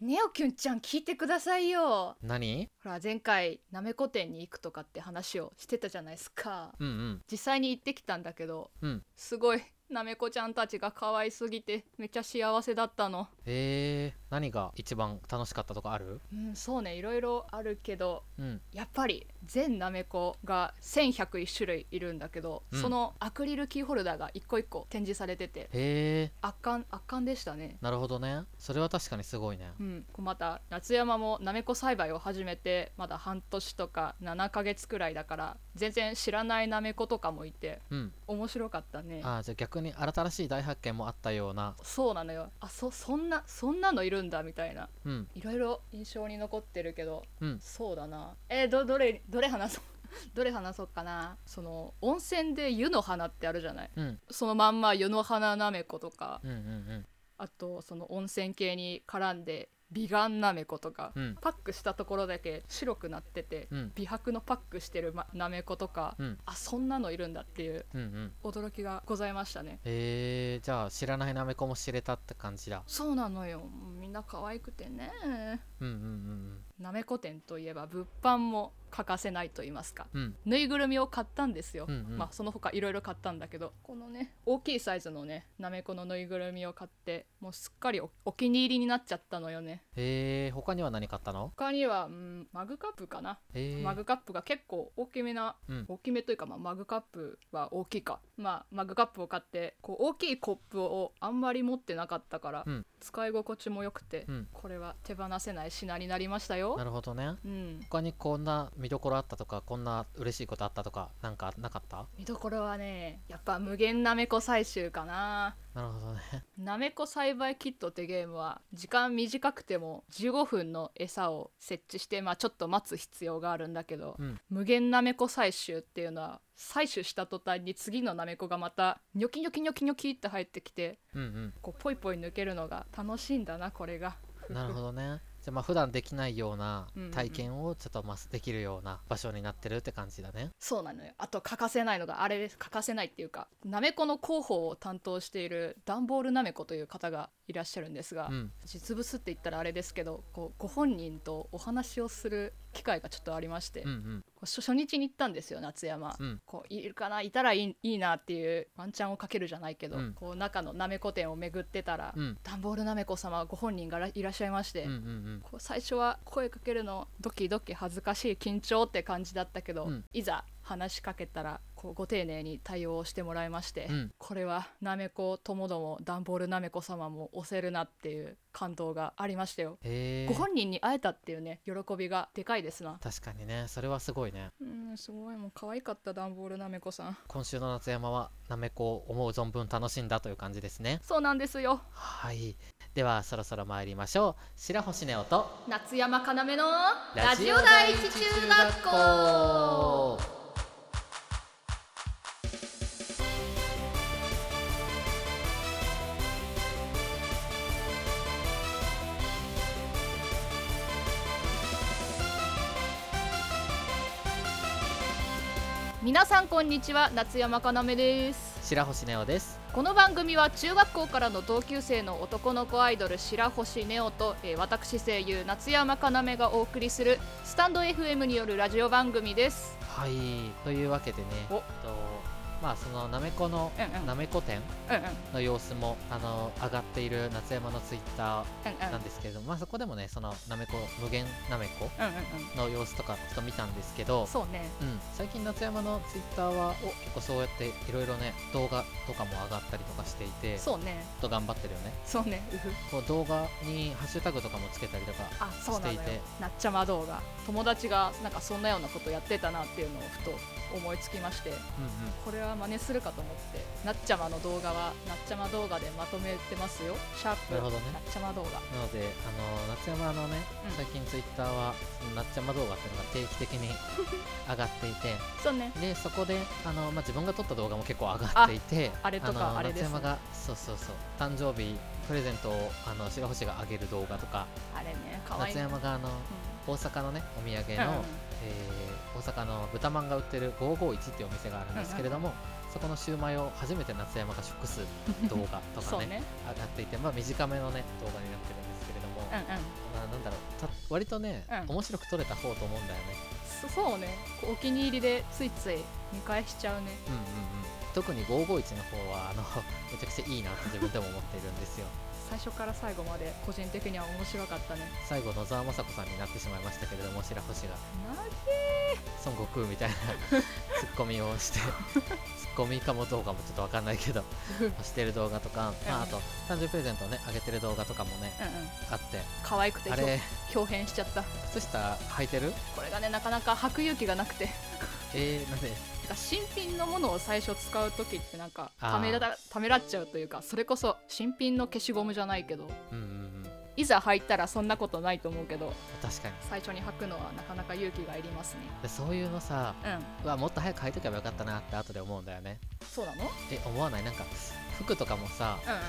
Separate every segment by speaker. Speaker 1: ネオキュンちゃん聞いてくださいよ
Speaker 2: 何
Speaker 1: ほら前回なめこ店に行くとかって話をしてたじゃないですか
Speaker 2: うんうん
Speaker 1: 実際に行ってきたんだけど、
Speaker 2: うん
Speaker 1: すごいなめこちゃんたちが可愛すぎてめっちゃ幸せだったの
Speaker 2: えー、何が一番楽しかったとかある
Speaker 1: うんそうねいろいろあるけど
Speaker 2: うん
Speaker 1: やっぱり全なめこが1101種類いるんだけど、
Speaker 2: うん
Speaker 1: そのアクリルキーホルダーが一個一個展示されてて
Speaker 2: へえ
Speaker 1: 圧巻圧巻でしたね
Speaker 2: なるほどねそれは確かにすごいね
Speaker 1: うん、こうまた夏山もなめこ栽培を始めてまだ半年とか7ヶ月くらいだから全然知らないなめことかもいて
Speaker 2: うん
Speaker 1: 面白かったね
Speaker 2: あーじゃあ逆に新しい大発見もあったような
Speaker 1: そうなのよあそそんなそんなのいるんだみたいな
Speaker 2: うん
Speaker 1: いろいろ印象に残ってるけど
Speaker 2: うん
Speaker 1: そうだなえーどどれどれ話そう どれ話そうかなその温泉で湯の花ってあるじゃない
Speaker 2: うん
Speaker 1: そのまんま湯の花なめことか
Speaker 2: うんうん
Speaker 1: あとその温泉系に絡んで美顔なめことか、
Speaker 2: うん
Speaker 1: パックしたところだけ白くなってて、
Speaker 2: うんうん
Speaker 1: 美白のパックしてるまなめことか、
Speaker 2: うん
Speaker 1: あそんなのいるんだっていう
Speaker 2: うんうん
Speaker 1: 驚きがございましたね
Speaker 2: えー、じゃあ知らないなめこも知れたって感じだ
Speaker 1: そうなのよみんな可愛くてね
Speaker 2: うんうんうん
Speaker 1: なめこ店といえば物販も欠かせないと言いますか
Speaker 2: うんうん
Speaker 1: ぬいぐるみを買ったんですよ、
Speaker 2: うんうん
Speaker 1: まあその他いろいろ買ったんだけどこのね大きいサイズのねなめこのぬいぐるみを買ってもうすっかりおお気に入りになっちゃったのよね
Speaker 2: えー、他には何買ったの
Speaker 1: 他には、うん、マグカップかな
Speaker 2: えー、
Speaker 1: マグカップが結構大きめな、
Speaker 2: うん
Speaker 1: 大きめというか、まあ、マグカップは大きいか、まあ、マグカップを買ってこう大きいコップをあんまり持ってなかったから、
Speaker 2: うん
Speaker 1: 使い心地も良くて、
Speaker 2: うん
Speaker 1: これは手放せない品になりましたよ
Speaker 2: な。るほどね
Speaker 1: うん、
Speaker 2: 他にこんな見どころあったとかこんな嬉しいことあったとかなんかなかった
Speaker 1: 見どころはねやっぱ無限なめこ採集かな。
Speaker 2: なるほどね
Speaker 1: なめこ栽培キットってゲームは時間短くても15分の餌を設置して、まあ、ちょっと待つ必要があるんだけど、
Speaker 2: うん
Speaker 1: 無限なめこ採集っていうのは採取した途端に次のなめこがまたニョキニョキニョキニョキって入ってきて
Speaker 2: うん
Speaker 1: こうポイポイ抜けるのが楽しいんだなこれが。
Speaker 2: うんなるほどねじゃあまあ普段できないような
Speaker 1: うんうん
Speaker 2: 体験をちょっとまあできるような場所になってるって感じだね
Speaker 1: そうなのよあと欠かせないのがあれです欠かせないっていうかなめこの広報を担当している段ボールなめこという方がいらっしゃるんですが、
Speaker 2: うん
Speaker 1: 実物って言ったらあれですけどこうご本人とお話をする機会がちょっとありまして、
Speaker 2: うんうん
Speaker 1: こう初初日に行ったんですよ夏山、
Speaker 2: うん
Speaker 1: こういるかないたらいいいいなっていうワンチャンをかけるじゃないけど、
Speaker 2: うん
Speaker 1: こう中のなめこ店を巡ってたら、
Speaker 2: うん
Speaker 1: ダンボールなめこ様ご本人がらいらっしゃいまして、
Speaker 2: うんうんうん
Speaker 1: こう最初は声かけるのドキドキ恥ずかしい緊張って感じだったけど、
Speaker 2: うん
Speaker 1: いざ話しかけたらこうご丁寧に対応してもらいまして、
Speaker 2: うん
Speaker 1: これはなめこともどもダンボールなめこ様も押せるなっていう感動がありましたよ。
Speaker 2: へえ
Speaker 1: ご本人に会えたっていうね喜びがでかいですな
Speaker 2: 確かにねそれはすごいね
Speaker 1: うんすごいもう可愛かったダンボールなめこさん
Speaker 2: 今週の夏山はなめこを思う存分楽しんだという感じですね
Speaker 1: そうなんですよ
Speaker 2: はいではそろそろ参りましょう白星ネオと
Speaker 1: 夏山かなめのラジオ第一中学校皆さんこんにちは夏山かなめです
Speaker 2: 白星ネオです
Speaker 1: この番組は中学校からの同級生の男の子アイドル白星ネオと、えー私声優夏山かなめがお送りするスタンド FM によるラジオ番組です。
Speaker 2: はいというわけでね
Speaker 1: お
Speaker 2: えっとまあそのなめこの
Speaker 1: うんうん
Speaker 2: なめこ展
Speaker 1: うんうんうん
Speaker 2: の様子もあの上がっている夏山のツイッター
Speaker 1: うん
Speaker 2: なんですけれども、まあ、そこでもねそのなめこ無限なめこ
Speaker 1: うんうん
Speaker 2: の様子とかちょっと見たんですけど
Speaker 1: うん。そうね。
Speaker 2: うん、最近夏山のツイッターは結構そうやっていろいろね動画とかも上がったりとかしていてちょ
Speaker 1: そうね。
Speaker 2: っと頑張ってるよね
Speaker 1: そうね。うふ
Speaker 2: こう動画にハッシュタグとかもつけたりとか
Speaker 1: あ、そうなのよ
Speaker 2: していて。
Speaker 1: なっちゃま動画。友達がなんかそんなようなことやってたなっていうのをふと思いつきまして、
Speaker 2: うんうん
Speaker 1: これは真似するかと思って、なっちゃまの動画はなっちゃま動画でまとめてますよ。シャープ
Speaker 2: なるほどね
Speaker 1: なっちゃま動画。
Speaker 2: なので、あの夏山のね、
Speaker 1: うん
Speaker 2: 最近ツイッターは、そのなっちゃま動画っていうのが定期的に上がっていて、
Speaker 1: そうね。
Speaker 2: で、そこで、あのまあ、自分が撮った動画も結構上がっていて、
Speaker 1: ああれとか
Speaker 2: の
Speaker 1: あれですね
Speaker 2: 夏山が、そうそうそう、誕生日、プレゼントをあの白星があげる動画とか、
Speaker 1: あれね、可愛い
Speaker 2: 夏
Speaker 1: ね。
Speaker 2: 山があの大阪のね、お土
Speaker 1: うん
Speaker 2: 産の、
Speaker 1: うん
Speaker 2: えー大阪の豚まんが売ってる551っていうお店があるんですけれども、そこのシューマイを初めて夏山が食す動画とか
Speaker 1: そう
Speaker 2: ね
Speaker 1: ね。
Speaker 2: 上がっていて、まあ、短めのね動画になってるんですけれども、
Speaker 1: うんうん。
Speaker 2: まあ割とね、
Speaker 1: うん
Speaker 2: 面白く撮れた方と思うんだよね
Speaker 1: そそうねこうお気に入りでついつい見返しちゃうね
Speaker 2: うんうんうん特に551の方はあのめちゃくちゃいいなって自分でも思ってるんです よ
Speaker 1: 最初から最後まで個人的には面白かったね
Speaker 2: 最後野沢雅子さんになってしまいましたけれども白星が
Speaker 1: な
Speaker 2: 孫悟空み たいなツッコミをしてツッコミかもどうかもちょっとわかんないけ どしてる動画とか、まあ、あと誕生日プレゼントをねあげてる動画とかもね
Speaker 1: うんうん
Speaker 2: あって
Speaker 1: 可愛くて
Speaker 2: あれ
Speaker 1: 豹変しちゃった
Speaker 2: 靴下履いてる
Speaker 1: これがねなかなか履く勇気がなくて
Speaker 2: えー、なんで
Speaker 1: てか新品のものを最初使う時ってなんか
Speaker 2: あー
Speaker 1: ためらためらっちゃうというかそれこそ新品の消しゴムじゃないけど
Speaker 2: うんうんうん
Speaker 1: いざ履いたらそんなことないと思うけど
Speaker 2: 確かに
Speaker 1: 最初に履くのはなかなか勇気がいりますね
Speaker 2: でそういうのさ
Speaker 1: うん
Speaker 2: うわもっと早く履いとけばよかったなって後で思うんだよね
Speaker 1: そうなの
Speaker 2: え思わないなんか服とかもさ
Speaker 1: うんうん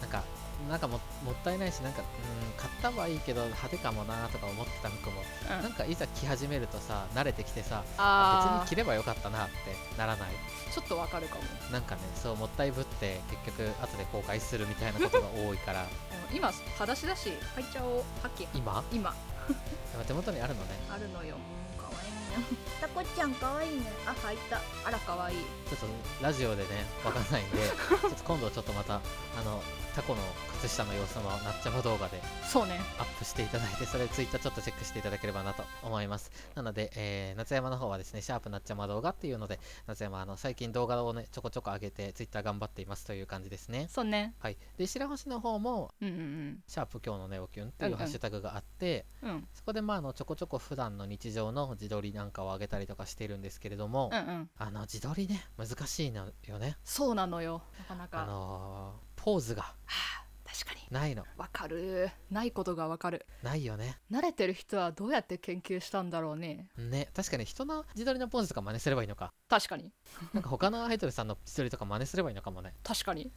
Speaker 2: なんかなんかももったいないしなんかうん買ったはいいけど派手かもなとか思ってた服も
Speaker 1: うんう
Speaker 2: なんんかいざ着始めるとさ慣れてきてさ別
Speaker 1: あ
Speaker 2: に
Speaker 1: あ
Speaker 2: 着ればよかったなってならない
Speaker 1: ちょっとわかるかも
Speaker 2: なんかねそうもったいぶって結局後で後悔するみたいなことが多いか ら
Speaker 1: でも今裸足だし履いちゃおう秋
Speaker 2: 今
Speaker 1: 今
Speaker 2: でも手元にあるのね
Speaker 1: あるのよ可愛いね
Speaker 3: タコちゃん可愛いねあ入った
Speaker 1: あら可愛い
Speaker 2: ちょっとラジオでねわか んないんでちょっと今度ちょっとまたあのタコの靴下の様子もなっちゃま動画で
Speaker 1: そうね
Speaker 2: アップしていただいて、それツイッターちょっとチェックしていただければなと思います。なので、えー夏山の方はですね、シャープなっちゃま動画っていうので、夏山、あの、最近動画をね、ちょこちょこ上げて、ツイッター頑張っていますという感じですね。
Speaker 1: そうね
Speaker 2: はい。で、白星の方も、
Speaker 1: うんうん
Speaker 2: シャープ今日のネオキュンってい
Speaker 1: んう
Speaker 2: うんハッシュタグがあって、
Speaker 1: うんうん
Speaker 2: そこで、まあ、あの、ちょこちょこ普段の日常の自撮りなんかを上げたりとかしてるんですけれども、
Speaker 1: うんうん
Speaker 2: あの、自撮りね、難しいのよね。
Speaker 1: そうなのよなかなか
Speaker 2: あのーポーズが
Speaker 1: はあ確かに
Speaker 2: ないの。
Speaker 1: わかるないことがわかる
Speaker 2: ないよね。
Speaker 1: 慣れてる人はどうやって研究したんだろうね
Speaker 2: ね、確かに人の自撮りのポーズとか真似すればいいのか。
Speaker 1: 確かに
Speaker 2: なんか他のアイドルさんの自撮りとか真似すればいいのか もね
Speaker 1: 確かに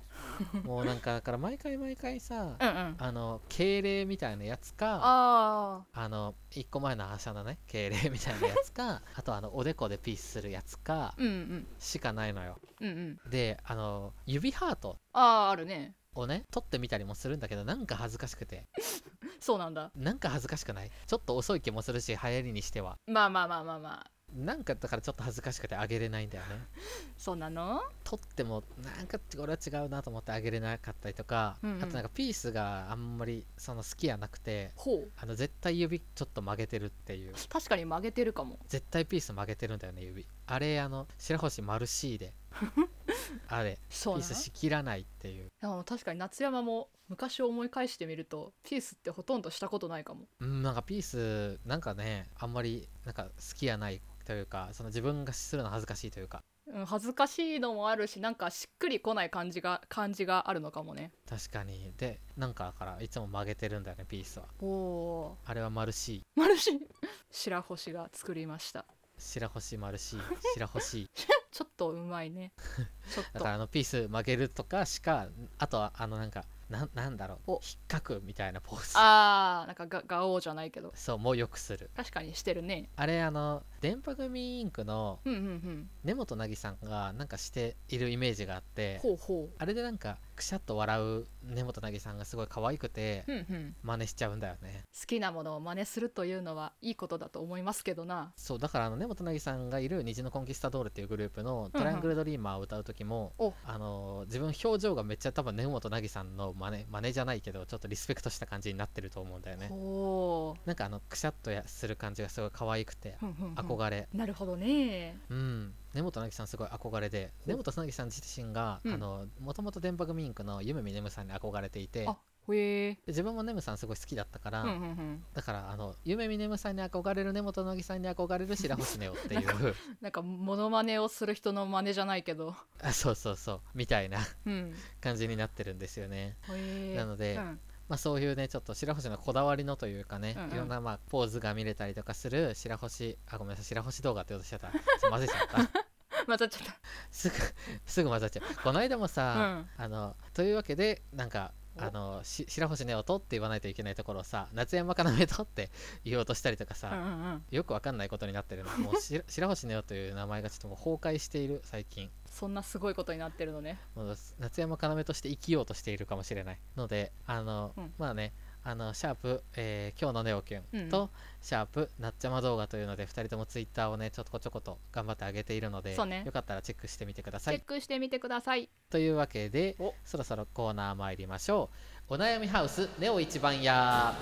Speaker 2: もうなんかだから毎回毎回さ
Speaker 1: うんうん
Speaker 2: あの敬礼みたいなやつかあ
Speaker 1: あ
Speaker 2: の一個前の話のね敬礼みたいなやつ かあとあのおでこでピースするやつか
Speaker 1: ーうんうん
Speaker 2: しかないのよ
Speaker 1: うんうん
Speaker 2: であの指ハート
Speaker 1: あーあるね
Speaker 2: をね撮ってみたりもするんだけどなんか恥ずかしくて
Speaker 1: そうなんだ
Speaker 2: なんか恥ずかしくないちょっと遅い気もするし流行りにしては
Speaker 1: まあまあまあまあまあ
Speaker 2: なんかだからちょっと恥ずかしくてあげれないんだよね
Speaker 1: そうなの
Speaker 2: 撮ってもなんか俺は違うなと思ってあげれなかったりとか、
Speaker 1: うんうん
Speaker 2: あとなんかピースがあんまりその好きやなくて
Speaker 1: ほう
Speaker 2: あの絶対指ちょっと曲げてるっていう
Speaker 1: 確かに曲げてるかも
Speaker 2: 絶対ピース曲げてるんだよね指あれあの白星丸 C であれピ
Speaker 1: そう
Speaker 2: ー
Speaker 1: な
Speaker 2: スしきらないっていう
Speaker 1: の確かに夏山も昔を思い返してみるとピースってほとんどしたことないかも
Speaker 2: うんなんかピースなんかねあんまりなんか好きやないというかその自分がするの恥ずかしいというか
Speaker 1: うん恥ずかしいのもあるしなんかしっくりこない感じが感じがあるのかもね
Speaker 2: 確かにでなんかだからいつも曲げてるんだよねピースは
Speaker 1: おお
Speaker 2: あれは丸 C
Speaker 1: ーマルシン白星が作りました
Speaker 2: 白星丸 C 白星
Speaker 1: ちょっとうまい ねちょっ
Speaker 2: だ
Speaker 1: と
Speaker 2: からあのピース曲げるとかしかあとはあのなんかなんなんだろう
Speaker 1: お
Speaker 2: 引っかくみたいなポーズ
Speaker 1: あーなんかがガオーじゃないけど
Speaker 2: そうもうよくする
Speaker 1: 確かにしてるね
Speaker 2: あれあの電波組インクの
Speaker 1: うんうんうん
Speaker 2: 根本凪さんがなんかしているイメージがあって
Speaker 1: ほうほ
Speaker 2: あれでなんかくしゃっと笑う根本凪さんがすごい可愛くて
Speaker 1: ううんうん
Speaker 2: 真似しちゃうんだよね
Speaker 1: 好きなものを真似するというのはいいことだと思いますけどな
Speaker 2: そうだからあの根本凪さんがいる虹のコンキスタドールっていうグループの「トライアングルドリーマー」を歌う時も、
Speaker 1: お
Speaker 2: あの自分表情がめっちゃ多分根本凪さんの真似真似じゃないけどちょっとリスペクトした感じになってると思うんだよね
Speaker 1: ほ
Speaker 2: なんかあのくしゃっとやする感じがすごい可愛くて
Speaker 1: うふんふんふん
Speaker 2: 憧れ
Speaker 1: なるほどね
Speaker 2: うん、根本凪さんすごい憧れで根本凪さん自身が
Speaker 1: うん
Speaker 2: もともと電波組インクの夢見ねむさんに憧れていてで
Speaker 1: あへえ
Speaker 2: 自分もねむさんすごい好きだったから、
Speaker 1: うんうんうん
Speaker 2: だからあの夢見ねむさんに憧れる根本凪さんに憧れる白星ねおっていう
Speaker 1: なんかモノマネをする人の真似じゃないけど
Speaker 2: あそうそうそうみたいな
Speaker 1: うん
Speaker 2: 感じになってるんですよね、
Speaker 1: へえ
Speaker 2: なので、
Speaker 1: うん
Speaker 2: まあ、そういうねちょっと白星のこだわりのというかね、
Speaker 1: うんうん
Speaker 2: いろんなまあポーズが見れたりとかする白星あごめんなさい白星動画って言おうとしてたちょっと混ぜちゃった
Speaker 1: またちょっ
Speaker 2: すぐ すぐ混ざっちゃうこの間も
Speaker 1: とう
Speaker 2: さ、
Speaker 1: ん
Speaker 2: あのというわけでなんか
Speaker 1: お
Speaker 2: あのし白星ねおとって言わないといけないところをさ夏山かなめとって 言おうとしたりとか
Speaker 1: うんう
Speaker 2: さ、
Speaker 1: んうん
Speaker 2: よくわかんないことに なってるのもうし白星ねおという名前がちょっともう崩壊している最近
Speaker 1: そんなすごいことになってるのね
Speaker 2: もう夏山かなめとして生きようとしているかもしれないのであの、
Speaker 1: うん
Speaker 2: まあねあのシャープ、えー今日のネオキュ
Speaker 1: うんう
Speaker 2: ン
Speaker 1: ん
Speaker 2: と、シャープなっちゃま動画というので2人ともツイッターをねちょこちょこと頑張ってあげているので、
Speaker 1: そうね
Speaker 2: よかったらチェックしてみてくだ
Speaker 1: チ
Speaker 2: さ
Speaker 1: ェッ
Speaker 2: い
Speaker 1: クしてみてください
Speaker 2: というわけで
Speaker 1: お
Speaker 2: そろそろコーナー参りましょうお悩みハウスネオ一番や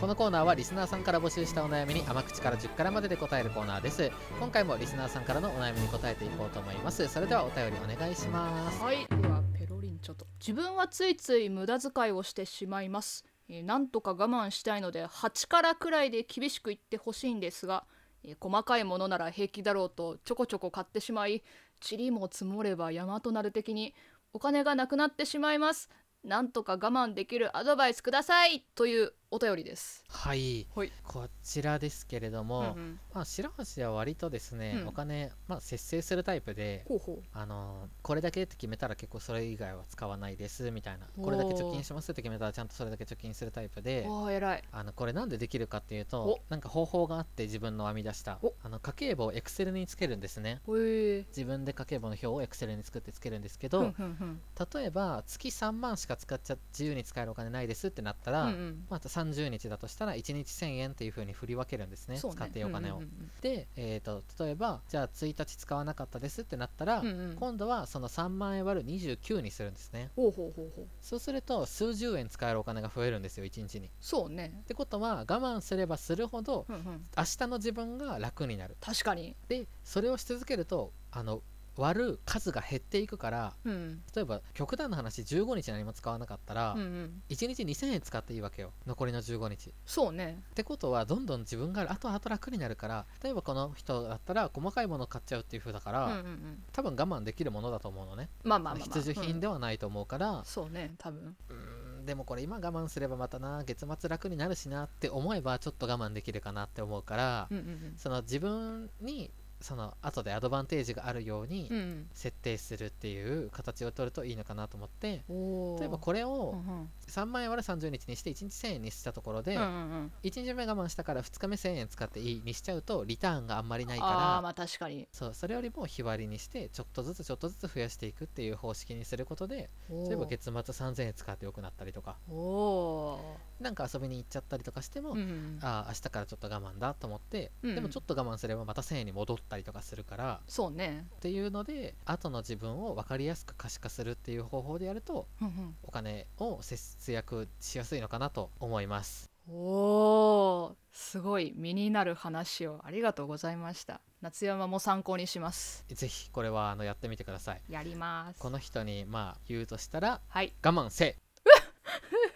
Speaker 2: このコーナーはリスナーさんから募集したお悩みに甘口から10からまでで答えるコーナーです今回もリスナーさんからのお悩みに答えていこうと思いますそれではお便りお願いします
Speaker 1: はいではペロリンちょっと自分はついつい無駄遣いをしてしまいます、えーなんとか我慢したいので8からくらいで厳しく言ってほしいんですが、えー細かいものなら平気だろうとちょこちょこ買ってしまい塵も積もれば山となる的にお金がなくなってしまいますなんとか我慢できるアドバイスくださいというお便りです
Speaker 2: はい、
Speaker 1: はい
Speaker 2: こちらですけれども、
Speaker 1: うんうん
Speaker 2: まあ、白橋は割とですね、
Speaker 1: うん
Speaker 2: お金、まあ、節制するタイプで、
Speaker 1: ほうほ
Speaker 2: あのーこれだけって決めたら結構それ以外は使わないですみたいなこれだけ貯金しますって決めたらちゃんとそれだけ貯金するタイプ
Speaker 1: う
Speaker 2: で
Speaker 1: おー偉い
Speaker 2: あのこれなんでできるかってい
Speaker 1: お
Speaker 2: うとなんか方法があって自分の編み出した
Speaker 1: お
Speaker 2: あの家計簿をエクセルにつけるんですね
Speaker 1: ほえー
Speaker 2: 自分で家計簿の表をエクセルに作ってつけるんですけ
Speaker 1: ふ
Speaker 2: ど、
Speaker 1: んふんふん
Speaker 2: 例えば月3万しか使っちゃ自由に使えるお金ないですってなった
Speaker 1: う
Speaker 2: ら、
Speaker 1: んうん
Speaker 2: まあ、30日だとしたら1日1000円っていう風に振り分けるんですね
Speaker 1: そうね
Speaker 2: 使っていいお金
Speaker 1: う
Speaker 2: を。
Speaker 1: んうん
Speaker 2: で、えー、と例えばじゃあ1日使わなかったですってなったら、
Speaker 1: うんうんうん
Speaker 2: 今度はその3万円割る29にするんですね
Speaker 1: ほうほうほうほう
Speaker 2: そうすると数十円使えるお金が増えるんですよ1日に。っ
Speaker 1: そうね
Speaker 2: てことは我慢すればするほど
Speaker 1: うんうん
Speaker 2: 明日の自分が楽になる。
Speaker 1: 確かに
Speaker 2: でそれをし続けるとあの割る数が減っていくから
Speaker 1: うん
Speaker 2: 例えば極端な話15日何も使わなかったら、
Speaker 1: うんうん、
Speaker 2: 1日2000円使っていいわけよ残りの15日。
Speaker 1: そうね
Speaker 2: ってことはどんどん自分が後々楽になるから例えばこの人だったら細かいものを買っちゃうっていう風だから、
Speaker 1: うんうんうん
Speaker 2: 多分我慢できるものだと思うのね、
Speaker 1: まあまあまあ、まあ、
Speaker 2: 必需品ではないと思うから
Speaker 1: うん、そうね多分
Speaker 2: うんでもこれ今我慢すればまたな月末楽になるしなって思えばちょっと我慢できるかなって思うから、
Speaker 1: うんうん
Speaker 2: その自分にその後でアドバンテージがあるように
Speaker 1: うんうん
Speaker 2: 設定するっていう形を取るといいのかなと思って。
Speaker 1: おー
Speaker 2: 例えばこれ
Speaker 1: うん
Speaker 2: を
Speaker 1: うん
Speaker 2: 3万円割る30日にして1日1000円にしたところで、
Speaker 1: うんうんうん
Speaker 2: 1日目我慢したから2日目1000円使っていいにしちゃうとリターンがあんまりない
Speaker 1: あ
Speaker 2: から
Speaker 1: ーまあ確かに
Speaker 2: そうそれよりも日割りにしてちょっとずつちょっとずつ増やしていくっていう方式にすることで
Speaker 1: お
Speaker 2: 例えば
Speaker 1: ー
Speaker 2: 月末3000円使ってよくなったりとか
Speaker 1: お
Speaker 2: なんか遊びに行っちゃったりとかして
Speaker 1: ー
Speaker 2: も、
Speaker 1: うんうん
Speaker 2: ああ明日からちょっと我慢だと思って、
Speaker 1: うんうん
Speaker 2: でもちょっと我慢すればまた1000円に戻ったりとかするから
Speaker 1: そうね
Speaker 2: っていうので後の自分を分かりやすく可視化するっていう方法でやると
Speaker 1: うん
Speaker 2: お金を節約しやすいのかなと思いま
Speaker 1: う
Speaker 2: す。
Speaker 1: んおーすごい身になる話をありがとうございました夏山も参考にします
Speaker 2: ぜひこれはあのやってみてください。
Speaker 1: やります
Speaker 2: この人にまあ言うとしたら
Speaker 1: はい
Speaker 2: 我慢せ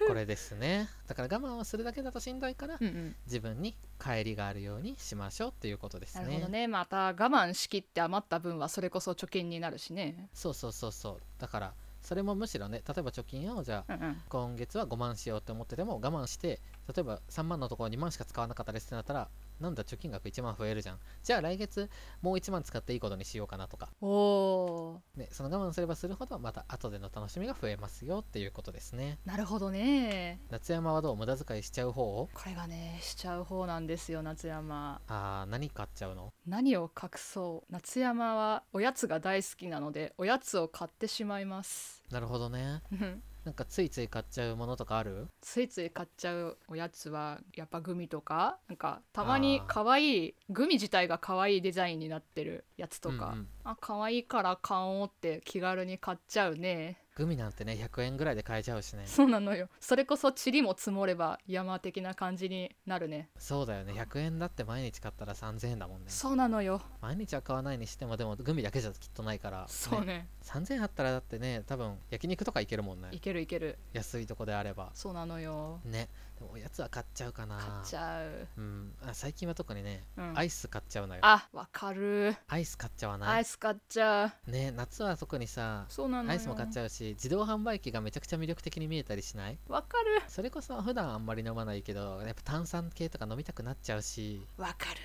Speaker 2: これですねだから我慢をするだけだとしんどいから
Speaker 1: うんうん
Speaker 2: 自分に帰りがあるようにしましょうっていうことです
Speaker 1: な
Speaker 2: ね
Speaker 1: るほどねまた我慢しきって余った分はそれこそ貯金になるしね
Speaker 2: そうそうそうそうだからそれもむしろね例えば貯金をじゃあ
Speaker 1: うんうん
Speaker 2: 今月は5万しようって思ってても我慢して例えば3万のところ2万しか使わなかったですってなったらなんだ貯金額1万増えるじゃんじゃあ来月もう1万使っていいことにしようかなとか、
Speaker 1: おー
Speaker 2: ね、その我慢すればするほどまた後での楽しみが増えますよっていうことですね
Speaker 1: なるほどね
Speaker 2: 夏山はどう無駄遣いしちゃう方を
Speaker 1: これがねしちゃう方なんですよ夏山
Speaker 2: あー何買っちゃうの
Speaker 1: 何を隠そう夏山はおやつが大好きなのでおやつを買ってしまいます
Speaker 2: なるほどね
Speaker 1: うん
Speaker 2: なんかついつい買っちゃうものとかある
Speaker 1: ついつい買っちゃうおやつはやっぱグミとかなんかたまに可愛いグミ自体が可愛いデザインになってるやつとか、
Speaker 2: うんうん
Speaker 1: あ可愛いから買おうって気軽に買っちゃうね
Speaker 2: グミなんてね100円ぐらいで買えちゃうしね
Speaker 1: そうなのよそれこそ塵も積もれば山的な感じになるね
Speaker 2: そうだよね100円だって毎日買ったら3000円だもんね
Speaker 1: そうなのよ
Speaker 2: 毎日は買わないにしてもでもグミだけじゃきっとないから、ね
Speaker 1: そうね
Speaker 2: 3000円あったらだってね多分焼肉とかいけるもんね
Speaker 1: いけるいける
Speaker 2: 安いとこであれば
Speaker 1: そうなのよ
Speaker 2: ねでもおやつは買っちゃうかな
Speaker 1: 買っちゃう、
Speaker 2: うん、あ最近は特にね
Speaker 1: うん
Speaker 2: アイス買っちゃうのよ
Speaker 1: あわかる
Speaker 2: アイス買っちゃわ
Speaker 1: ア
Speaker 2: な
Speaker 1: イ
Speaker 2: い
Speaker 1: ス買っちゃう
Speaker 2: ね夏は特にさ
Speaker 1: そうなのよ
Speaker 2: アイスも買っちゃうし自動販売機がめちゃくちゃ魅力的に見えたりしない
Speaker 1: わかる
Speaker 2: それこそ普段あんまり飲まないけどやっぱ炭酸系とか飲みたくなっちゃうし
Speaker 1: わかる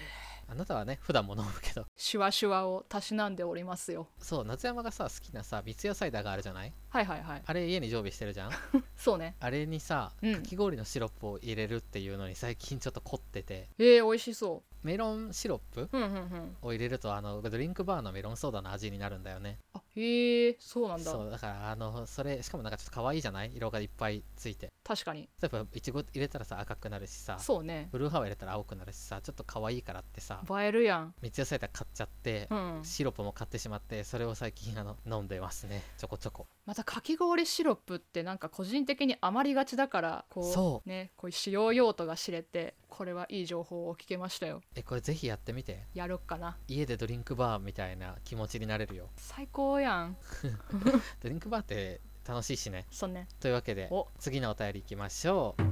Speaker 2: あなたはね普段も飲むけど
Speaker 1: シュワシュワをたしなんでおりますよ
Speaker 2: そう夏山がさ好きなさ三ツ矢サイダーがあるじゃない
Speaker 1: はいはいはい
Speaker 2: あれ家に常備してるじゃん
Speaker 1: そうね
Speaker 2: あれにさ
Speaker 1: うん
Speaker 2: かき氷のシロップを入れるっていうのに最近ちょっと凝ってて
Speaker 1: えー、美味しそ
Speaker 2: メロンシロップ
Speaker 1: ううんうんうん
Speaker 2: を入れるとあのドリンクバーのメロンソーダの味になるんだよね
Speaker 1: あへえそうなんだ
Speaker 2: そうだからあのそれしかもなんかちょっと可愛いじゃない色がいっぱいついて
Speaker 1: 確かに
Speaker 2: 例えばいちご入れたらさ赤くなるしさ
Speaker 1: そうね
Speaker 2: ブルーハワイ入れたら青くなるしさちょっと可愛いからってさ
Speaker 1: 映えるやん
Speaker 2: 三ツ矢サイダー買っちゃって、
Speaker 1: うん
Speaker 2: シロップも買ってしまってそれを最近あの飲んでますねちょこちょこ
Speaker 1: またかき氷シロップってなんか個人的に余りがちだからこう
Speaker 2: そ
Speaker 1: ねこういう使用用途が知れてこれはいい情報を聞けましたよ
Speaker 2: えこれぜひやってみて
Speaker 1: やろっかな
Speaker 2: 家でドリンクバーみたいな気持ちになれるよ
Speaker 1: 最高やん
Speaker 2: ドリンクバーって楽しいしね
Speaker 1: そんね
Speaker 2: というわけで
Speaker 1: お
Speaker 2: 次のお便りいきましょう、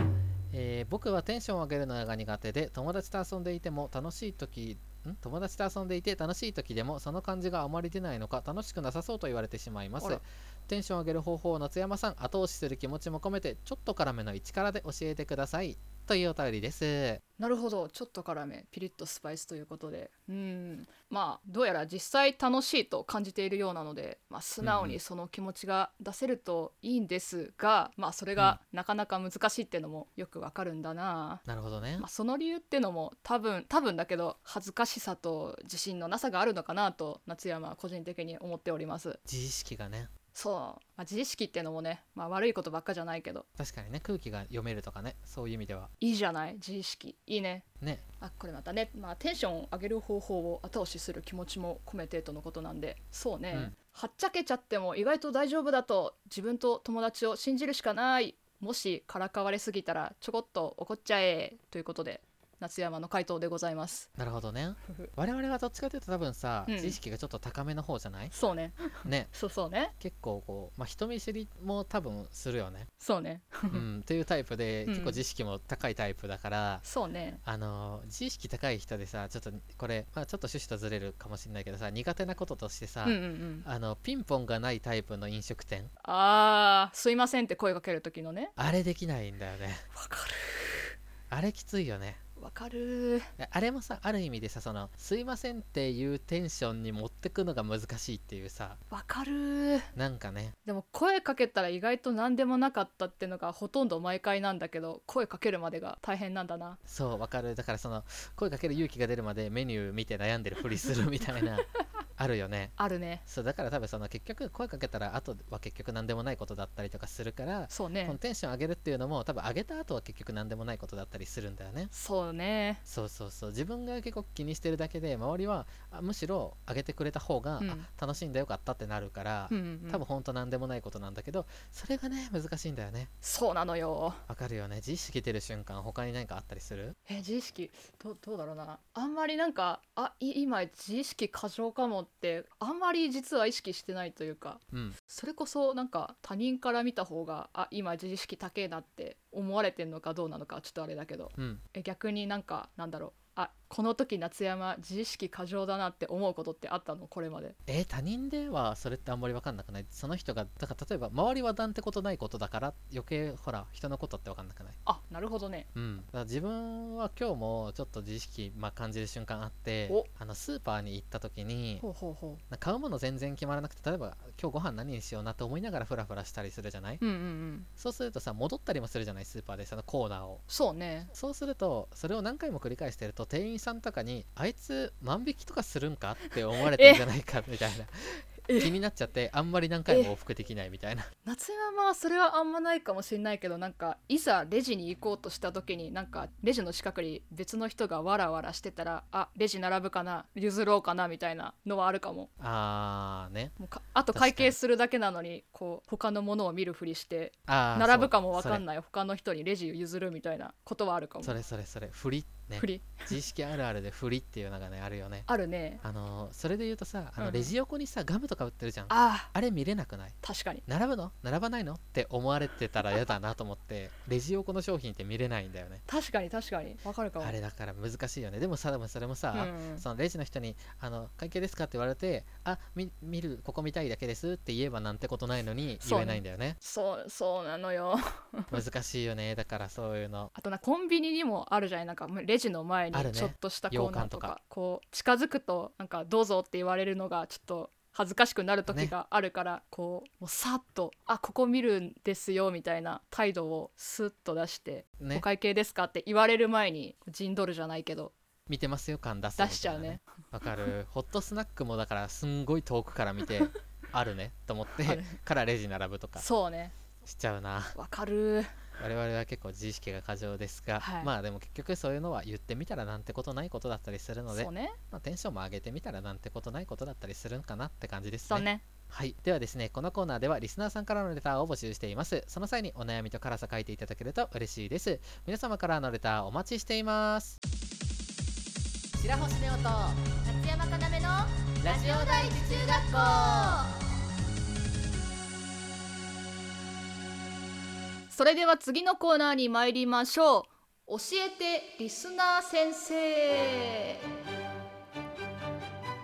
Speaker 2: えー僕はテンションを上げるのが苦手で友達と遊んでいても楽しい時ん友達と遊んでいて楽しい時でもその感じがあまり出ないのか楽しくなさそうと言われてしまいます
Speaker 1: あら
Speaker 2: テンションを上げる方法を夏山さん後押しする気持ちも込めてちょっと辛めの一からで教えてくださいというお便りです
Speaker 1: なるほどちょっと辛めピリッとスパイスということでうんまあどうやら実際楽しいと感じているようなので、まあ、素直
Speaker 2: うんう
Speaker 1: に
Speaker 2: ん
Speaker 1: その気持ちが出せるといいんですが、まあそれがなかなか難しいってのもよくわかるんだな、
Speaker 2: なるほどね
Speaker 1: まあ、その理由ってのも多分多分だけど恥ずかしさと自信のなさがあるのかなと夏山は個人的に思っております
Speaker 2: 自意識がね
Speaker 1: そう、まあ、自意識ってのもね、まあ、悪いことばっかじゃないけど
Speaker 2: 確かにね空気が読めるとかねそういう意味ではい
Speaker 1: いじゃない自意識いいね
Speaker 2: ね
Speaker 1: あこれまたね、まあ、テンションを上げる方法を後押しする気持ちも込めてとのことなんでそうね、
Speaker 2: うん
Speaker 1: はっちゃけちゃっても意外と大丈夫だと自分と友達を信じるしかないもしからかわれすぎたらちょこっと怒っちゃえということで夏山の回答でござい ます
Speaker 2: なるほどね
Speaker 1: ふふ
Speaker 2: 我々はどっちかというと多分さ、
Speaker 1: うん
Speaker 2: 自意識がちょっと高めの方じゃない
Speaker 1: そうね
Speaker 2: ね
Speaker 1: そうそうね
Speaker 2: 結構こう、まあ、人見知りも多分するよ ね、
Speaker 1: そうね
Speaker 2: うん、っていうタイプで
Speaker 1: うん
Speaker 2: 結構自意識も高いタイプだから、
Speaker 1: そうね
Speaker 2: あのー自意識高い人でさちょっとこれ、まあ、ちょっと趣旨とずれるかもしれないけどさ苦手なこととしてさ、
Speaker 1: うんうんうん
Speaker 2: あのピンポンがないタイプの飲食店
Speaker 1: あーすいませんって声かける時のね
Speaker 2: あれできないんだよね
Speaker 1: わか
Speaker 2: あれきついよね
Speaker 1: るわかる
Speaker 2: あれもさある意味でさその「すいません」っていうテンションに持ってくのが難しいっていうさ
Speaker 1: わかる
Speaker 2: なんかね
Speaker 1: でも声かけたら意外と何でもなかったってのがほとんど毎回なんだけど声かけるまでが大変なんだな
Speaker 2: そうわかるだからその声かける勇気が出るまでメニュー見て悩んでるふりするみた いなあるよね
Speaker 1: あるね
Speaker 2: そうだから多分その結局声かけたら後は結局何でもないことだったりとかするから、
Speaker 1: そう
Speaker 2: こ
Speaker 1: ね
Speaker 2: のテンション上げるっていうのも多分上げた後は結局何でもないことだったりするんだよね
Speaker 1: そうね
Speaker 2: そうそうそう自分が結構気にしてるだけで周りはあむしろ上げてくれた方が、
Speaker 1: うん
Speaker 2: あ楽しんでよかったってなるから、
Speaker 1: うんうん、
Speaker 2: 多分ほんと何でもないことなんだけどそれがね難しいんだよね
Speaker 1: そうなのよ
Speaker 2: わかるよね自意識出る瞬間他に何かあったりする
Speaker 1: え自意識どうどうだろうなあんまりなんかあい今自意識過剰かもってあんまり実は意識してないというか
Speaker 2: うん
Speaker 1: それこそなんか他人から見た方があ今自意識高えなって思われてんのかどうなのかちょっとあれだけど
Speaker 2: うん
Speaker 1: え逆になんかなんだろうあこの時夏山自意識過剰だなって思うことってあったのこれまで
Speaker 2: えー他人ではそれってあんまり分かんなくないその人がだから例えば周りはなんてことないことだから余計ほら人のことって分かんなくない
Speaker 1: あなるほどね
Speaker 2: うん、だから自分は今日もちょっと自意識、まあ、感じる瞬間あって
Speaker 1: お
Speaker 2: あのスーパーに行った時に
Speaker 1: ほうほうほ
Speaker 2: な買うもの全然決まらなくて例えば今日ご飯何にしようなって思いながらフラフラしたりするじゃないう
Speaker 1: うんうんうん
Speaker 2: そうするとさ戻ったりもするじゃないスーパーでそのコーナーを
Speaker 1: そうね
Speaker 2: そうするとそれを何回も繰り返してると店員さんとかにあいつ万引きとかするんかって思われてんじゃないかみたいな
Speaker 1: え
Speaker 2: 気になっちゃってあんまり何回も往復できないみたいな
Speaker 1: 夏山はそれはあんまないかもしれないけどなんかいざレジに行こうとした時になんかレジの近くに別の人がわらわらしてたらあレジ並ぶかな譲ろうかなみたいなのはあるかも
Speaker 2: あーね
Speaker 1: もうかあと
Speaker 2: 確かに
Speaker 1: 会計するだけなのにこう他のものを見るふりして
Speaker 2: あー
Speaker 1: 並ぶかもわ
Speaker 2: そう
Speaker 1: かんない他の人にレジを譲るみたいなことはあるかも
Speaker 2: それそれそれそれ振りね
Speaker 1: ふり
Speaker 2: 自意識あるあるで振りっていうのがねあるよね
Speaker 1: あるね
Speaker 2: あのーそれで言うとさあ
Speaker 1: うんう
Speaker 2: の
Speaker 1: ん
Speaker 2: レジ横にさガムとか売ってるじゃんあ
Speaker 1: あ
Speaker 2: れ見れなくない
Speaker 1: ー確かに
Speaker 2: 並ぶの並ばないのって思われてたら嫌だなと思ってレジ横の商品って見れないんだよね
Speaker 1: 確かに確かにわかるかも
Speaker 2: あれだから難しいよねでもさでもそれもさ、
Speaker 1: うんうん
Speaker 2: そのレジの人に「あの会計ですか?」って言われて「あみ見るここ見たいだけです」って言えばなんてことないのに
Speaker 1: そう
Speaker 2: 言
Speaker 1: ね
Speaker 2: えないんだよね
Speaker 1: そうそうなのよ
Speaker 2: 難しいよねだからそういうの
Speaker 1: あとなコンビニにもあるじゃないなんかレジの前
Speaker 2: ある
Speaker 1: に
Speaker 2: ね
Speaker 1: ちょっとしたコーナーとか,、
Speaker 2: 羊羹とか
Speaker 1: こう近づくとなんか「どうぞ」って言われるのがちょっと恥ずかしくなる時
Speaker 2: ね
Speaker 1: があるから、こうもうさっと「あここ見るんですよ」みたいな態度をスッと出して「お
Speaker 2: ね
Speaker 1: 会計ですか?」って言われる前に陣取るじゃないけど
Speaker 2: 見てますよ感出すみたいな
Speaker 1: 出しちゃうね
Speaker 2: わかるホットスナックもだからすんごい遠くから見てあるねと思っ
Speaker 1: あ
Speaker 2: て
Speaker 1: る
Speaker 2: からレジ並ぶとか
Speaker 1: そうね
Speaker 2: しちゃうな
Speaker 1: わかる
Speaker 2: 我々は結構自意識が過剰ですが、
Speaker 1: はい
Speaker 2: まあでも結局そういうのは言ってみたらなんてことないことだったりするので、
Speaker 1: そうね
Speaker 2: まあ、テンションも上げてみたらなんてことないことだったりするんかなって感じです
Speaker 1: そう
Speaker 2: ね
Speaker 1: ね
Speaker 2: はいではですねこのコーナーではリスナーさんからのレターを募集していますその際にお悩みと辛さ書いていただけると嬉しいです皆様からのレターお待ちしています白星ネオと
Speaker 3: 夏山かなめの
Speaker 2: ラジオ
Speaker 3: 第一中学校
Speaker 1: それでは次のコーナーに参りましょう教えてリスナー先生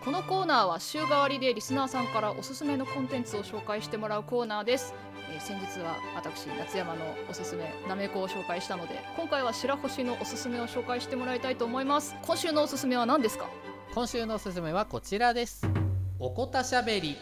Speaker 1: このコーナーは週替わりでリスナーさんからおすすめのコンテンツを紹介してもらうコーナーです、えー先日は私夏山のおすすめなめこを紹介したので今回は白星のおすすめを紹介してもらいたいと思います今週のおすすめは何ですか
Speaker 2: 今週のおすすめはこちらですおこたしゃべり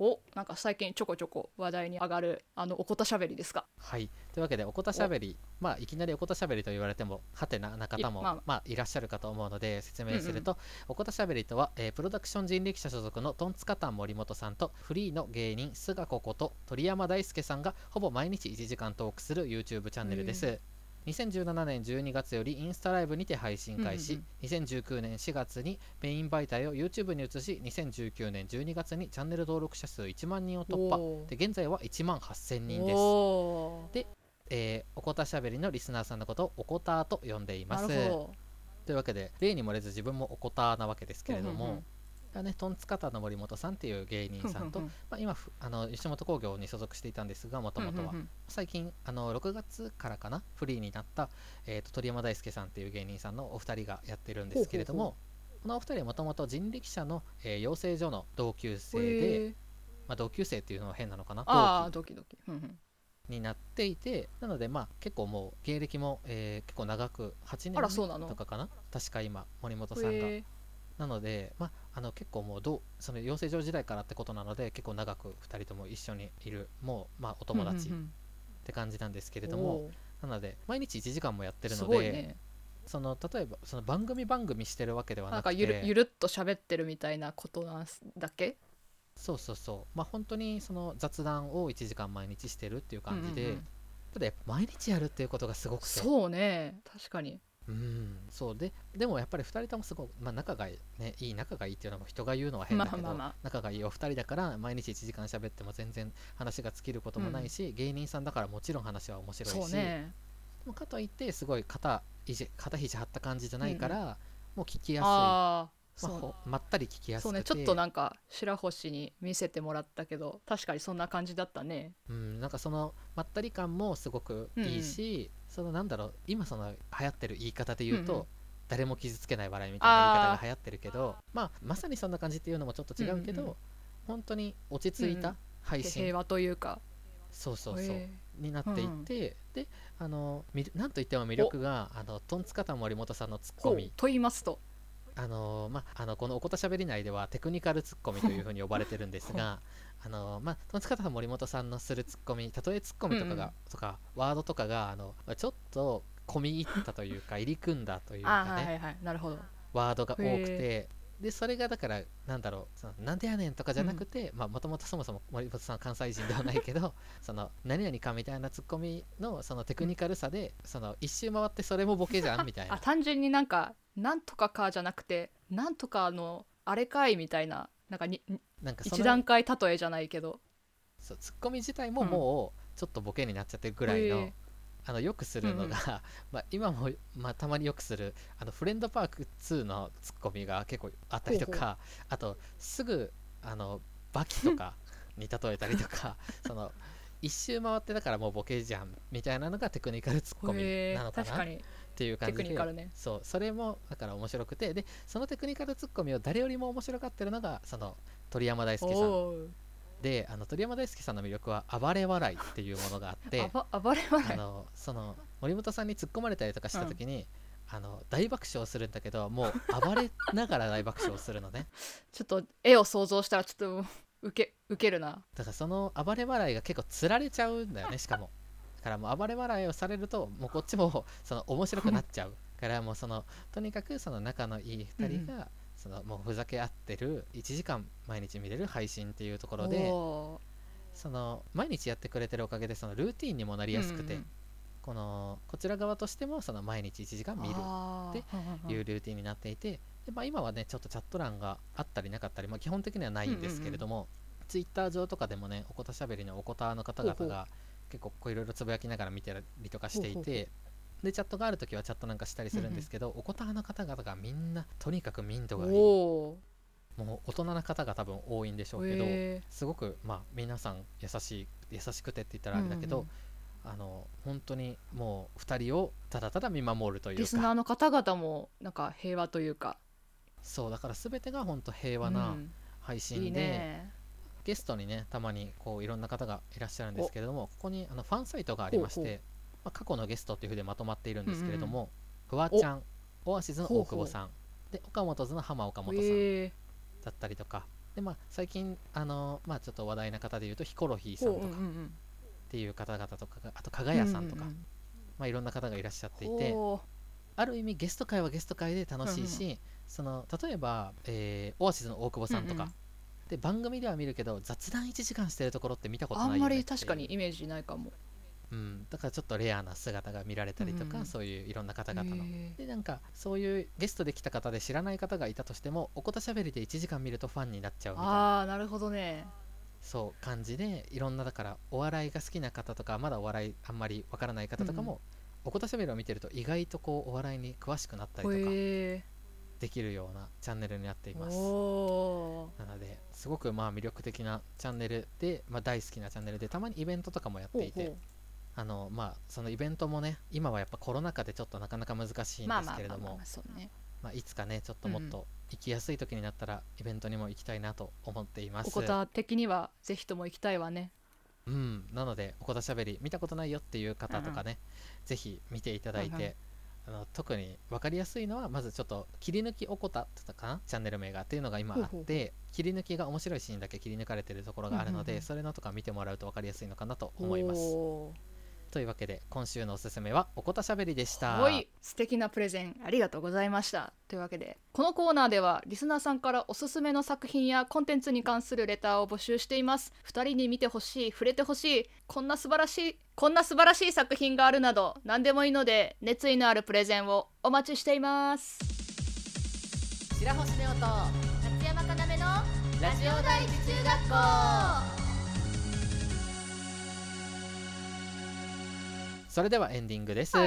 Speaker 1: おなんか最近ちょこちょこ話題に上がるあのおこたしゃべりですか
Speaker 2: はいというわけでおこたしゃべりまあいきなりおこたしゃべりと言われてもはてなな方も
Speaker 1: いまあ
Speaker 2: まあいらっしゃるかと思うので説明すると、おこたしゃべりとは、えープロダクション人力車所属のトンツカタン森本さんとフリーの芸人菅子こと鳥山大輔さんがほぼ毎日1時間トークする YouTube チャンネルです、2017年12月よりインスタライブにて配信開始、
Speaker 1: うん
Speaker 2: 2019年4月にメイン媒体を YouTube に移し2019年12月にチャンネル登録者数1万人を突破
Speaker 1: おー
Speaker 2: で現在は1万8000人です
Speaker 1: おー
Speaker 2: えーおこたしゃべりのリスナーさんのことをおこたーと呼んでいま
Speaker 1: な
Speaker 2: す。
Speaker 1: るほど
Speaker 2: というわけで例に漏れず自分もおこたーなわけですけれども、
Speaker 1: うんうんうん
Speaker 2: だね、トンツカタンの森本さんっていう芸人さ んと、
Speaker 1: ふんふんふん
Speaker 2: まあ、今ふあの吉本興業に所属していたんですがもともとは、最近あの6月からかなフリーになった、えーと鳥山大輔さんっていう芸人さんのお二人がやってるんですけれども
Speaker 1: ほう
Speaker 2: このお二人はもともと人力車の、えー養成所の同級生で、
Speaker 1: へー
Speaker 2: まあ、同級生っていうのは変なのかな
Speaker 1: ああドキドキ、うんうん
Speaker 2: になっていてなのでまあ結構もう芸歴も、えー結構長く8
Speaker 1: あらそうな
Speaker 2: 年
Speaker 1: の
Speaker 2: とかかな確か今森本さんが
Speaker 1: へえ
Speaker 2: なのでまああの結構もうどうその養成所時代からってことなので結構長く2人とも一緒にいるもうまあお友達っ
Speaker 1: うんうんうん
Speaker 2: て感じなんですけれども、
Speaker 1: おー
Speaker 2: なので毎日1時間もやってる
Speaker 1: す
Speaker 2: の
Speaker 1: ご
Speaker 2: で、
Speaker 1: いね
Speaker 2: その例えばその番組番組してるわけでは
Speaker 1: な
Speaker 2: なん
Speaker 1: か
Speaker 2: く
Speaker 1: ゆるゆ
Speaker 2: て
Speaker 1: るっと喋ってるみたいなことなんすだっけ
Speaker 2: そうそうそうまあ本当にその雑談を1時間毎日してるっていう感じで、
Speaker 1: うんうんうん
Speaker 2: ただやっぱ毎日やるっていうことがすごくて
Speaker 1: そうね確かに
Speaker 2: うんそうででもやっぱり2人ともすごく、まあ、仲がいい,、ね、いい仲がいいっていうのも人が言うのは変だけど、
Speaker 1: まあまあまあ
Speaker 2: 仲がいいお二人だから毎日1時間喋っても全然話が尽きることもないし、芸人さんだからもちろん話は面白いし
Speaker 1: そうね
Speaker 2: でもかといってすごい肩肘肩肘張った感じじゃないから、もう聞きや
Speaker 1: あ
Speaker 2: すい
Speaker 1: あ
Speaker 2: まあ
Speaker 1: そう
Speaker 2: ほまったり聞きやす
Speaker 1: そう
Speaker 2: くて
Speaker 1: ねちょっとなんか白星に見せてもらったけど確かにそんな感じだったね
Speaker 2: うん、なんかそのまったり感もすごくいいし、そのなんだろう今その流行ってる言い方で言うと、
Speaker 1: うんうん
Speaker 2: 誰も傷つけない笑いみたいな言い方
Speaker 1: あ
Speaker 2: が
Speaker 1: ー
Speaker 2: 流行ってるけどまあ、まさにそんな感じっていうのもちょっと違うけど、
Speaker 1: うんうんうん
Speaker 2: 本当に落ち着い
Speaker 1: うんう
Speaker 2: た
Speaker 1: ん
Speaker 2: 配信、
Speaker 1: 平和というか
Speaker 2: そうそうそう、
Speaker 1: へ
Speaker 2: になっていて、であのみなんといっても魅力があのトンツカタン森本さんのツッ
Speaker 1: ー
Speaker 2: コミ
Speaker 1: と言いますと
Speaker 2: あのまあ、あのこの「おこたしゃべり内」ではテクニカルツッコミというふうに呼ばれてるんですが あの、まあ、トンツカタン森本さんのするツッコミ例えツッコミとかが、
Speaker 1: うん
Speaker 2: とかワードとかがあのちょっと込み入ったというか入り組んだという
Speaker 1: あ
Speaker 2: か
Speaker 1: ー
Speaker 2: ね、
Speaker 1: はいはいなるほど
Speaker 2: ワードが多く
Speaker 1: へ
Speaker 2: てでそれがだからなんだろうそのなんでやねんとかじゃなくてもともとそもそも森本さんは関西人ではない けどその何々かみたいなツッコミのそのテクニカルさで、その一周回ってそれもボケじゃんみたい
Speaker 1: あ
Speaker 2: な
Speaker 1: 単純になんか「なんとかか」じゃなくて「なんとかのあれかい」みたいななんかにに
Speaker 2: なんかそ
Speaker 1: 一
Speaker 2: の
Speaker 1: 段階例えじゃないけど
Speaker 2: そうツッコミ自体も
Speaker 1: うん
Speaker 2: もうちょっとボケになっちゃってるぐらいの、
Speaker 1: へえ
Speaker 2: あのよくする
Speaker 1: う
Speaker 2: のが、
Speaker 1: んうん
Speaker 2: まあ、今も、まあ、たまによくする「あのフレンドパーク2」のツッコミが結構あったりと
Speaker 1: ほ
Speaker 2: かあとすぐあのバキ とかに例えたりとか その一周回ってだからもうボケじゃんみたいなのがテクニカルツッコ
Speaker 1: へ
Speaker 2: ミ
Speaker 1: え
Speaker 2: なのか
Speaker 1: 確か
Speaker 2: なっ
Speaker 1: に
Speaker 2: ていう感じで
Speaker 1: テクニカルね
Speaker 2: そうそれもだから面白くてでそのテクニカルツッコミを誰よりも面白がってるのがその鳥山大輔さん
Speaker 1: おう
Speaker 2: であの鳥山大輔さんの魅力は暴れ笑いっていうものがあって
Speaker 1: あば 暴れ
Speaker 2: あ
Speaker 1: 笑い
Speaker 2: のその森本さんに突っ込まれたりとかした時に、あの大爆笑するんだけどもう暴れながら大爆笑するのね
Speaker 1: ちょっと絵を想像したらちょっと 受け受けるな
Speaker 2: だからその暴れ笑いが結構つられちゃうんだよねしかもだからもう暴れ笑いをされるとも うこっちもその面白くなっちゃうからもうそのとにかくその仲のいい2人が、そのもうふざけ合ってる1時間毎日見れる配信っていうところで
Speaker 1: お
Speaker 2: その毎日やってくれてるおかげでそのルーティンにもな
Speaker 1: ー
Speaker 2: りやすくて、
Speaker 1: うん
Speaker 2: このこちら側としてもその毎日1時間
Speaker 1: うん
Speaker 2: 見る
Speaker 1: あー
Speaker 2: というルーティンになっていて、でまあ、今はねちょっとチャット欄があったりなかったり、まあ、基本的にはないんですけれども、ツイッター上とかでもねおこたしゃべりのおこたの方々
Speaker 1: ほうほう
Speaker 2: が結構こういろいろつぶやきながら見てりとかしていて。
Speaker 1: ほうほうほ
Speaker 2: でチャットがあるときはチャットなんかしたりするんですけど、おこたの方々がみんなとにかくミントがいいも
Speaker 1: お
Speaker 2: う大人な方が多分多いんでしょ
Speaker 1: ー
Speaker 2: うけど、
Speaker 1: へ
Speaker 2: すごくまあ皆さん優しい優しくてって言った
Speaker 1: ー
Speaker 2: らあれだけ
Speaker 1: う
Speaker 2: ど、
Speaker 1: んうん
Speaker 2: あの本当にもう2人をただただ見守るとい
Speaker 1: リ
Speaker 2: う
Speaker 1: スナー
Speaker 2: か
Speaker 1: の方々もなんか平和というか
Speaker 2: そうだから全てが本当平和な
Speaker 1: うん
Speaker 2: 配信で、
Speaker 1: いいね
Speaker 2: ゲストにねたまにこういろんな方がいらっしゃるんですけれどもここにあのファンサイトがありまして
Speaker 1: ほうほ
Speaker 2: まあ、過去のゲストというふうでまとまっているんですけれども、フワちゃんオアシズの大久保さんで岡本図の浜岡本さん、
Speaker 1: へ
Speaker 2: だったりとかで、まあ、最近あの、まあ、ちょっと話題な方でいうとヒコロヒー
Speaker 1: ー
Speaker 2: さんとか
Speaker 1: ほううんうんうん
Speaker 2: っていう方々とかがあと加賀谷さんとか、
Speaker 1: うう
Speaker 2: まあ、いろんな方がいらっしゃってい
Speaker 1: うん
Speaker 2: て。
Speaker 1: おー
Speaker 2: ある意味ゲスト会はゲスト会で楽しいし、
Speaker 1: う
Speaker 2: その例えば、えーオアシスの大久保さんとか、
Speaker 1: うんうん
Speaker 2: で番組では見るけど雑談1時間してるところって見たこと
Speaker 1: あ
Speaker 2: ないよ
Speaker 1: ん
Speaker 2: ね
Speaker 1: ま
Speaker 2: ってい
Speaker 1: り
Speaker 2: う
Speaker 1: 確かに、イメージないかも
Speaker 2: うん、だからちょっとレアな姿が見られたりと
Speaker 1: うん
Speaker 2: か、
Speaker 1: うんうん
Speaker 2: そういういろんな方々の。
Speaker 1: へー
Speaker 2: でなんかそういうゲストで来た方で知らない方がいたとしてもおこたしゃべりで1時間見るとファンになっちゃうみたいな
Speaker 1: ああなるほどね
Speaker 2: そう感じでいろんなだからお笑いが好きな方とかまだお笑いあんまりわからない方とかも、おこたしゃべりを見てると意外とこうお笑いに詳しくなったりとか
Speaker 1: へ
Speaker 2: できるようなチャンネルになってい
Speaker 1: ー
Speaker 2: ます
Speaker 1: お
Speaker 2: なのですごくまあ魅力的なチャンネルで、まあ、大好きなチャンネルでたまにイベントとかもやっ
Speaker 1: ー
Speaker 2: ていて
Speaker 1: ほうほ
Speaker 2: あのまあそのイベントもね今はやっぱコロナ禍でちょっとなかなか難しいん
Speaker 1: まあ
Speaker 2: です
Speaker 1: まあ
Speaker 2: けれ
Speaker 1: まあ
Speaker 2: ど
Speaker 1: まあ
Speaker 2: も
Speaker 1: まあそうね
Speaker 2: まあいつかねちょっともっと行きやすい時になったらイベントにも行きたいなと思っていま
Speaker 1: お
Speaker 2: す
Speaker 1: こた的にはぜひとも行きたいわね
Speaker 2: うんなのでおこたしゃべり見たことないよっていう方とかねぜひ見ていただい
Speaker 1: うんうん
Speaker 2: てあの特に分かりやすいのはまずちょっと切り抜きおこたって言ったかなチャンネル名がっていうのが今あ
Speaker 1: ほう
Speaker 2: っ
Speaker 1: ほう
Speaker 2: て切り抜きが面白いシーンだけ切り抜かれてるところがある
Speaker 1: うん
Speaker 2: の
Speaker 1: うん
Speaker 2: で
Speaker 1: うん
Speaker 2: それのとか見てもらうと分かりやすいのかなと思います
Speaker 1: おー
Speaker 2: というわけで今週のおすすめはおこたしゃべりでした
Speaker 1: はい素敵なプレゼンありがとうございましたというわけでこのコーナーではリスナーさんからおすすめの作品やコンテンツに関するレターを募集しています2人に見てほしい触れてほしいこんな素晴らしいこんな素晴らしい作品があるなど何でもいいので熱意のあるプレゼンをお待ちしています
Speaker 3: 白星ネオと勝山かなめのラジオ第一中学校
Speaker 2: それではエンディングです。
Speaker 1: は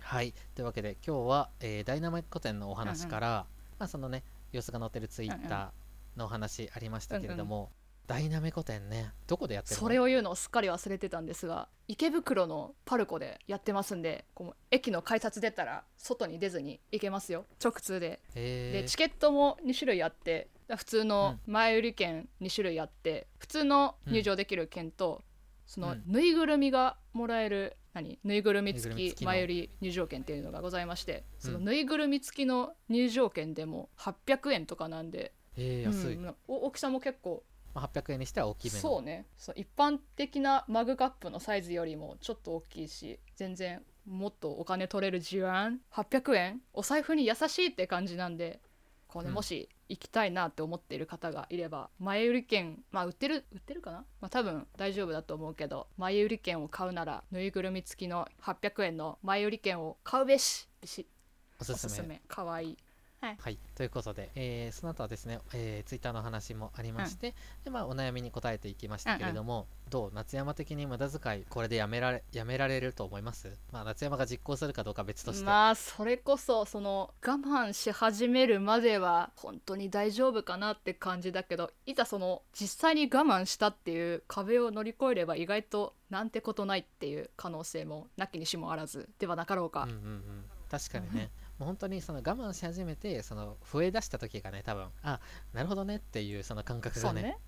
Speaker 2: はいい、というわけで今日は、えーダイナマイト店のお話から、まあ、そのね様子が載ってるツイッターのお話ありましたけれども、ダイナメコ店ねどこでやってるの
Speaker 1: それを言うのをすっかり忘れてたんですが池袋のパルコでやってますんでこの駅の改札出たら外に出ずに行けますよ直通でで
Speaker 2: えー
Speaker 1: チケットも2種類あって普通の前売り券2種類あって普通の入場できる券と、その
Speaker 2: うん
Speaker 1: ぬいぐるみがもらえる何ぬいぐるみ付
Speaker 2: ぬいぐる
Speaker 1: き
Speaker 2: み付きの
Speaker 1: 前売り入場券っていうのがございましてその
Speaker 2: うん
Speaker 1: ぬいぐるみ付きの入場券でも800円とかなんで、
Speaker 2: えー安い、
Speaker 1: う
Speaker 2: ま
Speaker 1: んお大きさも結構
Speaker 2: あ、800円にしては大きめの
Speaker 1: そうねそう一般的なマグカップのサイズよりもちょっと大きいし全然もっとお金取れる自案800円お財布に優しいって感じなんでこれ
Speaker 2: うん
Speaker 1: もし行きたいなって思っている方がいれば前売り券まあ売ってる売ってるかな、まあ、多分大丈夫だと思うけど前売り券を買うならぬいぐるみ付きの800円の前売り券を買うべしべし
Speaker 2: お
Speaker 1: お
Speaker 2: すす
Speaker 1: す
Speaker 2: め
Speaker 1: すめかわいい
Speaker 2: はい、ということで、えーその後はですね、えツイッター Twitter の話もありまして、でまあ、お悩みに答えていきましたけれども、どう夏山的に無駄遣いこれでやめられやめられると思います、まあ、夏山が実行するかどうかは別として、
Speaker 1: まあそれこそその我慢し始めるまでは本当に大丈夫かなって感じだけどいざその実際に我慢したっていう壁を乗り越えれば意外となんてことないっていう可能性もなきにしもあらずではなかろうか
Speaker 2: うんうんうん、確かに
Speaker 1: うん
Speaker 2: ね、もう本当にその我慢し始めてその増え出した時がね多分あなるほどねっていうその感覚
Speaker 1: そう
Speaker 2: がね
Speaker 1: ね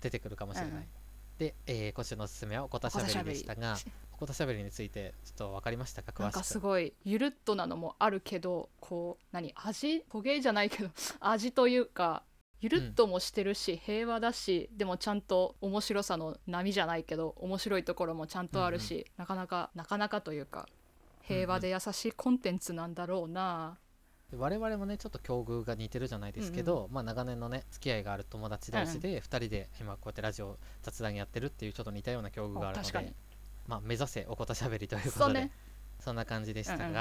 Speaker 2: 出てくるかもしれない、
Speaker 1: うんうん
Speaker 2: で、えー今週のおすすめはおこたしゃべりでしたがおこたしゃべりについてちょっと分かりましたか
Speaker 1: なん
Speaker 2: 詳
Speaker 1: か
Speaker 2: し
Speaker 1: す
Speaker 2: く
Speaker 1: ごいゆるっとなのもあるけどこう何味焦げじゃないけど 味というかゆるっともしてるし、平和だしでもちゃんと面白さの波じゃないけど面白いところもちゃんとあるし、なかなかなかなかというか平和で優しいコンテンツなんだろうな、
Speaker 2: で我々もねちょっと境遇が似てるじゃないですけど、まあ、長年のね付き合いがある友達同士で2人で今こうやってラジオ雑談やってるっていうちょっと似たような境遇があるの
Speaker 1: 確か
Speaker 2: で
Speaker 1: に、
Speaker 2: まあ、目指せおこたしゃべりということで
Speaker 1: そうね
Speaker 2: そんな感じでしたが、
Speaker 1: うんうん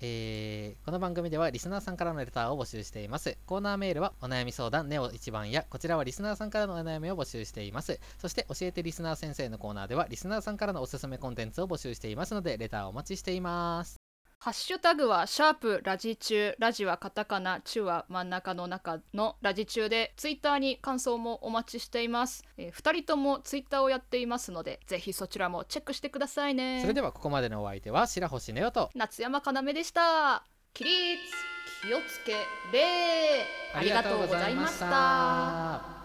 Speaker 2: えーこの番組ではリスナーさんからのレターを募集していますコーナーメールはお悩み相談ネオ一番やこちらはリスナーさんからのお悩みを募集していますそして教えてリスナー先生のコーナーではリスナーさんからのおすすめコンテンツを募集していますのでレターをお待ちしています
Speaker 1: ハッシュタグはシャープラジ中ラジはカタカナ中は真ん中の中のラジ中でツイッターに感想もお待ちしています、えー、2人ともツイッターをやっていますのでぜひそちらもチェックしてくださいね
Speaker 2: それではここまでのお相手は白星ネオと
Speaker 1: 夏山かなめでした起立気をつけ礼ありがとうございました
Speaker 2: ありがとうございました